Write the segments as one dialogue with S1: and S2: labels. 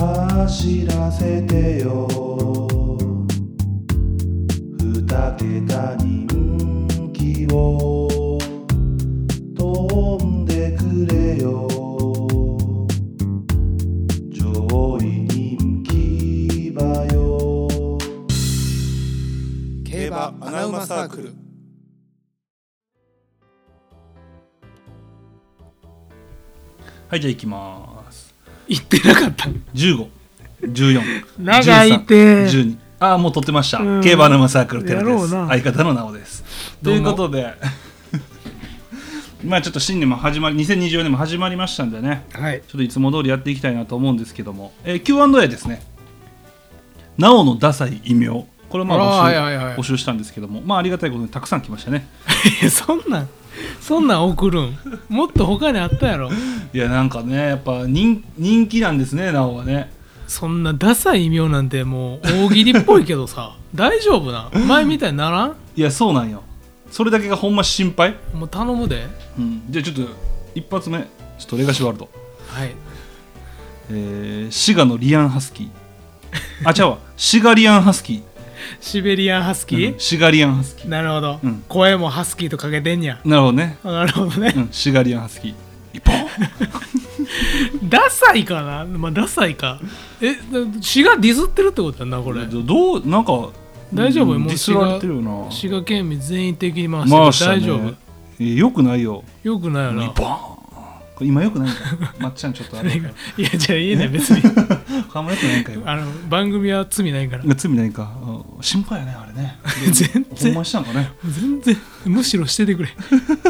S1: 走らせてよ二桁人気を飛んでくれよ上位人気馬よ
S2: 競馬アナウマサークル
S3: はいじゃあ行きます
S4: 言ってなかった
S3: 1514
S4: 長いて
S3: 12ああもう撮ってました、
S4: うん
S3: 競馬のマサークルテラ
S4: や
S3: で
S4: ろう
S3: す
S4: な
S3: 相方のなおですと
S4: どう
S3: いう
S4: も
S3: ことで まあちょっと新年も始まり2024年も始まりましたんでね
S4: はい
S3: ちょっといつも通りやっていきたいなと思うんですけども、えー、Q&A ですねなおのダサい異名これをまあ募集,、
S4: あーはいはいはい
S3: 募集したんですけどもまあありがたいことにたくさん来ましたね
S4: そんなんそんなん送るんもっと他にあったやろ
S3: いやなんかねやっぱ人人気なんですねなおはね
S4: そんなダサい異名なんてもう大喜利っぽいけどさ 大丈夫なん前みたいにならん
S3: いやそうなんよそれだけがほんま心配
S4: もう頼むで
S3: うん、じゃあちょっと一発目ちょっとレガシーワールド、
S4: はい
S3: えー、滋賀のリアンハスキーあ違うわシガリアンハスキ
S4: シベリアンハスキ
S3: ー、う
S4: ー
S3: ん、、シガリアンハスキー
S4: なるほど、
S3: うん
S4: 声もハスキーとかけてんや
S3: なるほどね、
S4: なるほどね
S3: う、ん、シガリアンハスキー一本
S4: ダサいかなまあダサいかえ滋賀ディスってるってことやんなこれ
S3: どどうなんか
S4: 大丈夫
S3: うん
S4: もう
S3: ディスられてるよな
S4: 滋賀県民全員的に回してる
S3: 回した、ね、
S4: 大丈夫
S3: えーよくないよ
S4: よくないよ
S3: 一
S4: な
S3: 本これ今よくないん かまっちゃんちょっとあれやか
S4: いやじゃあいいね別に
S3: らあんまよくないんかよ
S4: あの番組は罪ないから
S3: 罪ないんかうん心配やねあれ ね
S4: 全
S3: ほん
S4: 然
S3: まにしたんかね
S4: 全然むしろしててくれ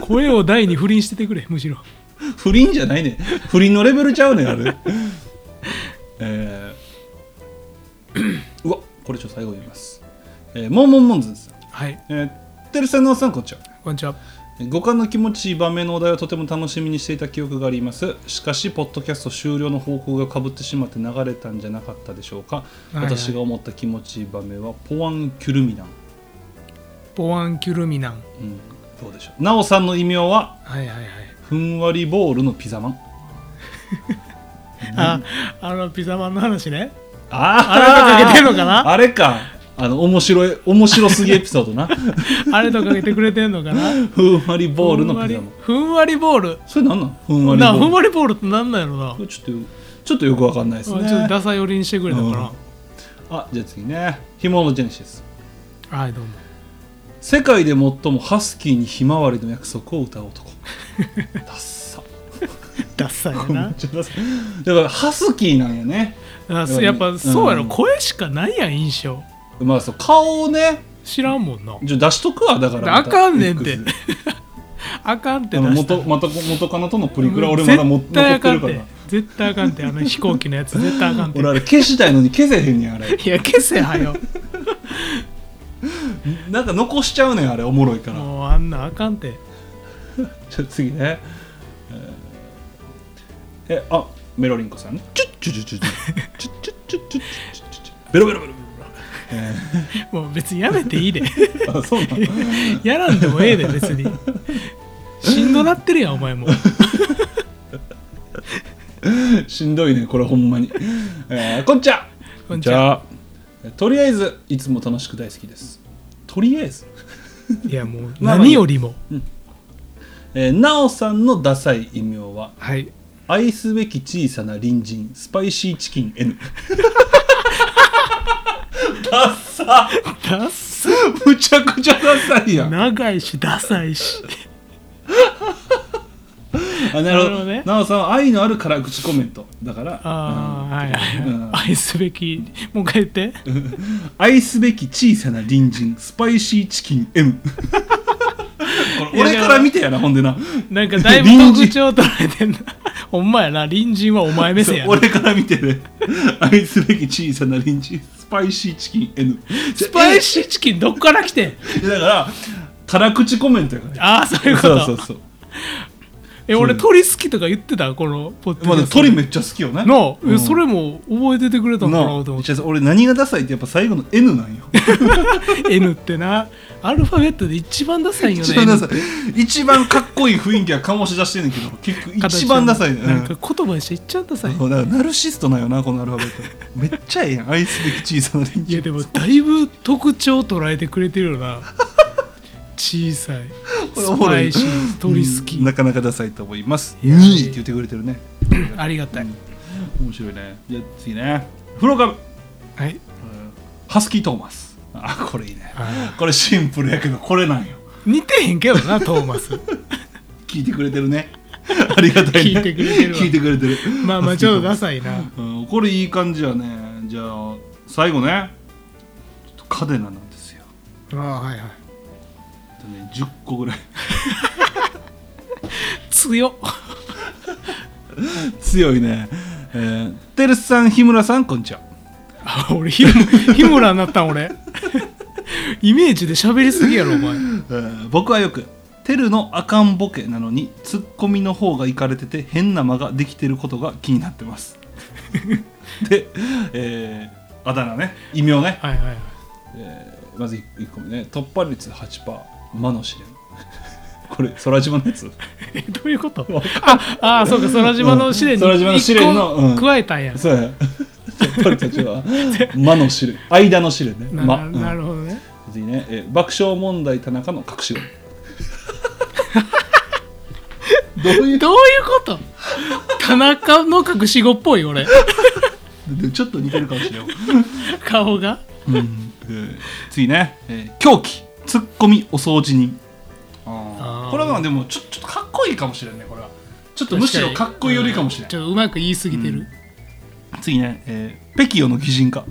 S4: 声を大に不倫しててくれむしろ
S3: 不倫じゃないね不倫のレベルちゃうねんあ れえ ー、うわこれちょっと最後言います、えー、モンモンモンズですよ
S4: はい
S3: えー、てるさんのおっさんこんにちは
S4: こんにちは
S5: 五感の気持ちいい場面のお題をとても楽しみにしていた記憶がありますしかしポッドキャスト終了の方向がかぶってしまって流れたんじゃなかったでしょうか、
S4: はいはい
S5: 私が思った気持ちいい場面はポワン・キュルミナン、
S4: ポワンキュルミナ
S5: う
S4: ン
S5: ん、どうでしょうなおさんの異名は
S4: はいはいはい
S5: ふんわりボールのピザマン
S4: ああのピザマンの話ねあれと
S5: あ
S4: かけてんのかな
S5: あれかあの面白い面白すぎエピソード な
S4: あれとかけてくれてんのかな
S5: ふんわりボールのピザマン
S4: ふんわりボール
S5: それなんなんふんわりボ
S4: なふ
S5: ー
S4: ん
S5: ル
S4: わりボールってなんなんやろな
S5: これちょっとちょっとよくわかんないですね
S4: あちょっとダサ寄りにしてくれたから、
S5: あじゃあ次ねひものジェネシス
S4: はいどうも
S5: 世界で最もハスキーにひまわりの約束を歌う 男ダッサ
S4: ダサいよ
S5: めっ
S4: な
S5: ちゃダッサだからハスキーなんやね
S4: あそうやっぱそうやろ、
S5: うん
S4: 声しかないやん印象
S5: まあそう顔をね
S4: 知らんもんな
S5: ちょ出しとくわだから
S4: あかんねん て
S5: X
S4: あかんって
S5: あの
S4: 出した
S5: 元また元カノとのプリクラ俺まだも
S4: 絶対
S5: 残
S4: あ
S5: って
S4: か
S5: る
S4: ん
S5: か
S4: て
S5: ら
S4: 絶対あかんてあの飛行機のやつ絶対あかんて
S5: 俺あれ消したいのに消せへんねんあれ
S4: いや消せはよ
S5: なんか残しちゃうねんあれおもろいから
S4: もうあんなあかんて
S5: じゃあ次ねえーえあメロリンコさんねチュッチュチュチュチュチュッチュチュチュチュチュチュチュベロベロベロベ
S4: もう別にやめていいで
S5: ロあそうなの
S4: やらんでもええで別にしんどなってるやんお前も
S5: しんどいねこれほんまに、えー、こんちは
S4: こんにちは
S5: じゃあとりあえずいつも楽しく大好きですとりあえず、
S4: いやもう
S5: まあまあいい
S4: 何よりも
S5: えー、なおさんのダサい異名は
S4: はい
S5: 愛すべき小さな隣人スパイシーチキン N ダッサ
S4: ダサ
S5: むちゃくちゃダサいやん
S4: 長いしダサいし
S5: あなるほ
S4: なるほ
S5: ど
S4: どね
S5: なおさんは愛のある辛口コメントだから
S4: ああはい
S5: うん
S4: はい愛すべきもう一回言って
S5: うん愛すべき小さな隣人スパイシーチキン M これ
S4: い
S5: 俺
S4: や
S5: から見てやなほんでな
S4: なんかだいぶ特徴取られてんなほんまやな隣人はお前目線やな
S5: 俺から見てね愛すべき小さな隣人スパイシーチキン N
S4: スパイシーチキンどっから来てん
S5: だから辛口コメントやから
S4: ああそういうこ
S5: そう
S4: と
S5: そうそう
S4: え俺鳥好きとか言ってたこのポッドキ
S5: まあで
S4: ャ
S5: も
S4: スト
S5: 鳥めっちゃ好きよね
S4: なあ、え
S5: うん
S4: それも覚えててくれたのか
S5: な
S4: な
S5: あ
S4: と思って
S5: じゃあ俺何がダサいってやっぱ最後の N なんよ
S4: N ってなアルファベットで一番ダサいよね
S5: 一番ダサい
S4: N って
S5: 一番かっこいい雰囲気は醸し出してんねんけど結局一番ダサいね、
S4: なんか言葉にして一番ダサい
S5: そうだからナルシストなんよなこのアルファベットめっちゃええやん愛すべき小さな連
S4: いや
S5: 中
S4: でもだいぶ特徴捉えてくれてるよな 小さい
S5: これ お
S4: ス
S5: もろ
S4: パ
S5: い
S4: イシー鳥好き、
S5: うんなかなかダサいと思います
S4: いや
S5: 2位って言ってくれてるね
S4: ありがたい、
S5: 面白いねじゃあ次ねフロガ
S4: はい
S5: ハスキートーマスあこれいいね
S4: あ
S5: これシンプルやけどこれなんよ
S4: 似てへんけどなトーマス
S5: 聞いてくれてるねありがたいね
S4: 聞いてくれてるわ
S5: 聞いてくれてる
S4: ま あまあちょっとダサいな
S5: うん、これいい感じやねじゃあ最後ねちょっとカデナなんですよ、
S4: ああはいはい
S5: えっとね、10個ぐらい
S4: 強っ
S5: 強いねえー、テルスさん日村さんこんにちは
S4: あ 俺日村日村になったん俺 イメージで喋りすぎやろ お前
S5: えー僕はよくテルのアカンボケなのにツッコミの方がいかれてて変な間ができてることが気になってます で、えーあだ名ね異名ね、
S4: はいはいはい
S5: えーまず 1, 個目ね突破率8%間の試練 これ空島のやつ
S4: えどういうことああそうか空島の試練に
S5: うん空島の試練の
S4: 一個
S5: うん
S4: 加えたんや、
S5: そうや突破率8%は間の試練間の試練ね
S4: な
S5: 間うん
S4: なるほどね
S5: 次ね、えー爆笑問題田中の隠し子どういう
S4: どういうこと田中の隠し子っぽい俺
S5: でちょっと似てるかもしれん。
S4: 顔が
S5: 次ね、えー狂気、ツッコミ、お掃除人。
S4: ー
S5: これはまあでもちょ、ちょっとかっこいいかもしれんね、これは。ちょっとむしろかっこいいよりかもしれん
S4: ち。ょっとうまく言い過ぎてる、
S5: 次ね、えーペキオの擬 人化。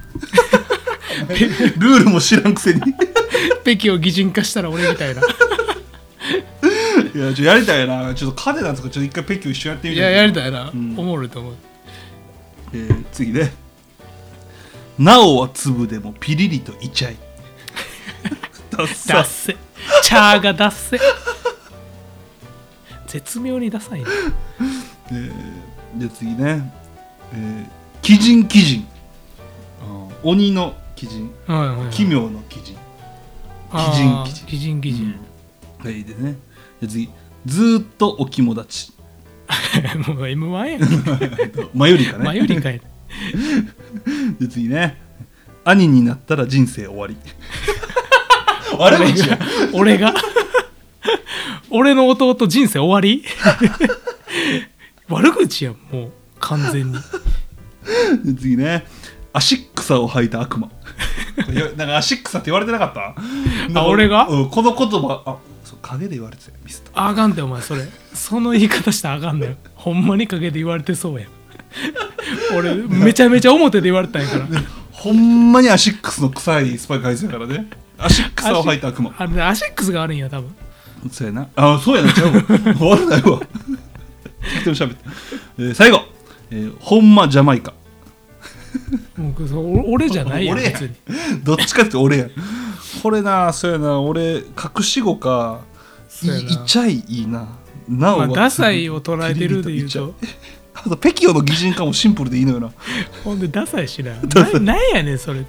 S5: ルールも知らんくせに。い
S4: 北京を擬人化したら俺み たいな
S5: や、ちょやりたいな。ちょっとカデナとか、ちょっと一回ペキオ一緒やってみ
S4: い
S5: て。
S4: ややりたいな、
S5: ん
S4: おもろいと思う
S5: えー次ね。なおは粒でもピリリとイチャイ。ダッサ
S4: ダッセチャーがダッセ絶妙にダサいな
S5: えー、で次ね、えー、鬼人鬼人、鬼の鬼人
S4: はいはいはい
S5: 奇妙の鬼人、
S4: あー
S5: 奇
S4: 奇人奇人、
S5: はいでねで次ずーっとお肝立ち
S4: もう M1 やん
S5: マユリカね
S4: マユリ カやん
S5: で次ね兄になったら人生終わ り悪口や
S4: 俺が俺の弟人生終わ り悪口やんもう完全に
S5: で次ねアシックサを履いた悪魔いやなんかアシックサって言われてなかったなんか
S4: 俺が
S5: うんこの言葉あそう影で言われてたよミスター
S4: あかんてお前それその言い方したらあかんねんほんまに陰で言われてそうやん俺めちゃめちゃ表で言われたんやから
S5: ほんまにアシックスの臭いスパイク入ってたからね。アシックスを履いた悪魔。
S4: あのアシックスが悪いんや多分
S5: そうやな。あ、そうやな、ちゃうわ。終わらないわ。適当に喋って。えー最後、えーほんまジャマイカ。
S4: もうそうお俺じゃないやん
S5: 俺や
S4: 別に
S5: どっちかって俺や。これな、そうやな、俺、隠し子か、い
S4: そうやない
S5: ちゃいいいな。なお
S4: ま
S5: は、
S4: あダサいを捉えてるで言うと
S5: ピリリとイチャイ。あと、ペキオの擬人化もシンプルでいいのよな。
S4: ほんでダサいしなななんやねんそれ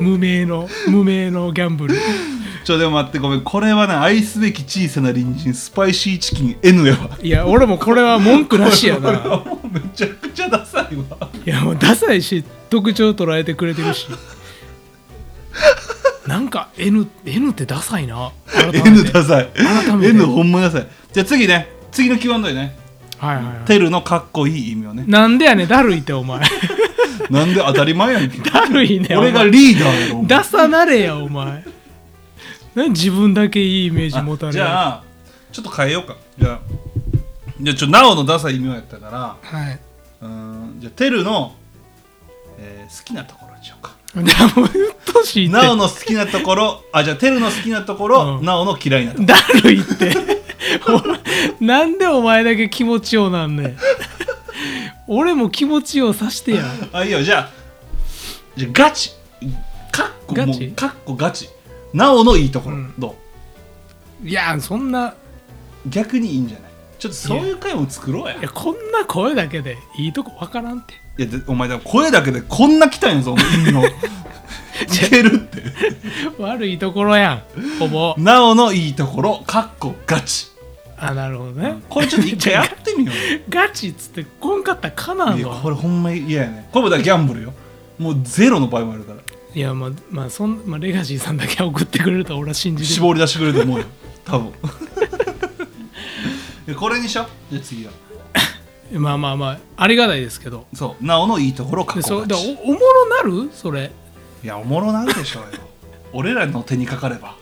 S4: 無名の無名のギャンブル
S5: ちょ、でも待って、ごめん。これはな、愛すべき小さな隣人、スパイシーチキン N やわ。
S4: いや俺もこれは文句なしや
S5: これ
S4: な
S5: はもうめちゃくちゃダサいわ。
S4: いやもうダサいし特徴捉えてくれてるしなんか N, N ってダサいな改めて
S5: N ダサい
S4: 改めて
S5: N ほんまダサいじゃあ次ね次の Q&A ね
S4: はいはい、は
S5: テルのかっこいい意味をね
S4: い、なんでやねんだるいって お前
S5: なんで当たり前やねん
S4: だるいねお前
S5: 俺がリーダーやろ
S4: ダサなれやお前なん自分だけいいイメージ持たれる
S5: じゃあちょっと変えようかじゃあじゃあちょなおのダサい意味をやったから
S4: はいう
S5: ーんじゃあテルの、えー好きなところにしようか
S4: じゃあもううっとうしいって
S5: なおの好きなところあじゃあテルの好きなところ、
S4: うん
S5: なおの嫌いなとこ
S4: だるいって おなんでお前だけ気持ちようなんねん俺も気持ちようさしてや
S5: ろあいいよじゃあじゃあガチかっこ
S4: ガ
S5: も
S4: チ
S5: うかっこガチなおのいいところ、
S4: うん
S5: どう
S4: いやそんない
S5: 逆にいいんじゃないちょっとそういう回も作ろうや
S4: いやこんな声だけでいいとこわからんって
S5: いやでお前だから声だけでこんな来たんやぞお前意 味のいけるって
S4: 悪いところやんほぼ
S5: なおのいいところかっこガチ
S4: あなるほどね
S5: これちょっと一回やってみよ う
S4: ガチっつってこんかったらかな
S5: よい
S4: ん
S5: や
S4: わ
S5: これほんま嫌やねこれもだからギャンブルよもうゼロの場合もあるから
S4: いやまあまあそん、まあ、レガシーさんだけは送ってくれると俺は信じてる
S5: 絞り出してくれると思うよ 多分いやこれにしようじゃあ次は
S4: まあまあまあありがたいですけど
S5: そうなおのいいところか
S4: で
S5: っ
S4: そ
S5: こ
S4: うで
S5: ガ
S4: お
S5: チ
S4: おもろなるそれ
S5: いやおもろなんでしょうよ 俺らの手にかかれば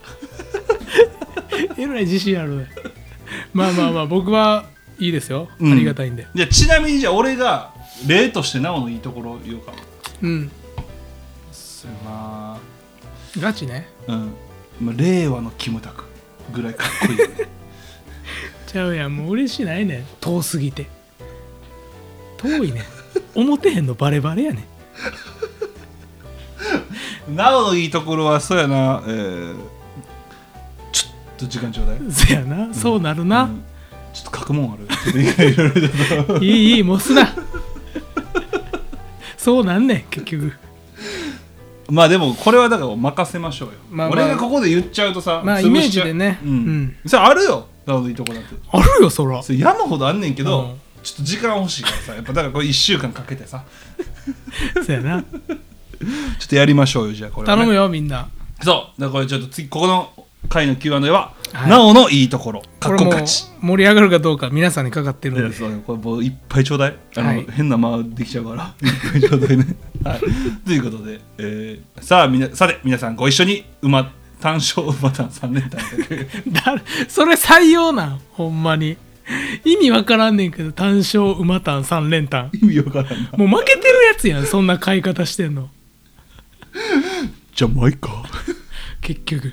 S4: えらい自信あるねまあまあまあ僕はいいですよ、
S5: うん
S4: ありがたいんで
S5: じゃあちなみにじゃあ俺が例としてなおのいいところを言おうか
S4: うん
S5: そうやな
S4: ガチね
S5: うんまあ令和のキムタクぐらいかっこいいよね
S4: ちゃうやんもう嬉しないねん遠すぎて遠いねん表へんのバレバレやねん
S5: なおのいいところはそうやなえー、ちょっと時間ちょうだい
S4: そやなそうなるな、
S5: うんちょっと書くもんある ちょっと一回いろいろちょっと
S4: いいいいもうすなそうなんねん結局
S5: まあでもこれはだから任せましょうよ、
S4: まあまあ
S5: 俺がここで言っちゃうとさ
S4: まあイ
S5: 潰
S4: メー
S5: しち
S4: ジ
S5: ゃう
S4: でね
S5: うん、
S4: うん
S5: それあるよなおのいいとこだって
S4: あるよそら
S5: それ山ほどあんねんけど、
S4: うん
S5: ちょっと時間欲しいからさやっぱだからこれ1週間かけてさ
S4: そやな
S5: ちょっとやりましょうよじゃあこれはね、
S4: 頼むよみんな
S5: そうだからこれちょっと次ここの回の Q&A は、
S4: はい
S5: なおのいいところか
S4: こ
S5: っ
S4: れ
S5: こ
S4: も
S5: 勝ち
S4: 盛り上がるかどうか皆さんにかかって
S5: い
S4: るん
S5: や
S4: で
S5: そうよこれもういっぱいちょうだいあの、
S4: はい
S5: 変な間できちゃうから いっぱいちょうだいね、はい、 ということで、えーさあみなさて皆さんご一緒に馬単勝馬単3連単で
S4: だそれ採用なんほんまに意味わからんねんけど単勝馬単三連単
S5: 意味わからんな
S4: もう負けてるやつやんそんな買い方してんの
S5: じゃあもう一個
S4: 結局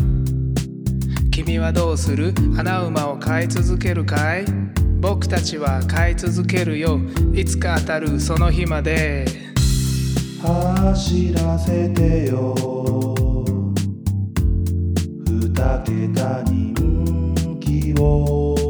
S2: 君はどうする穴馬を飼い続けるかい僕たちは飼い続けるよいつか当たるその日まで
S1: 走らせてよ二桁人気を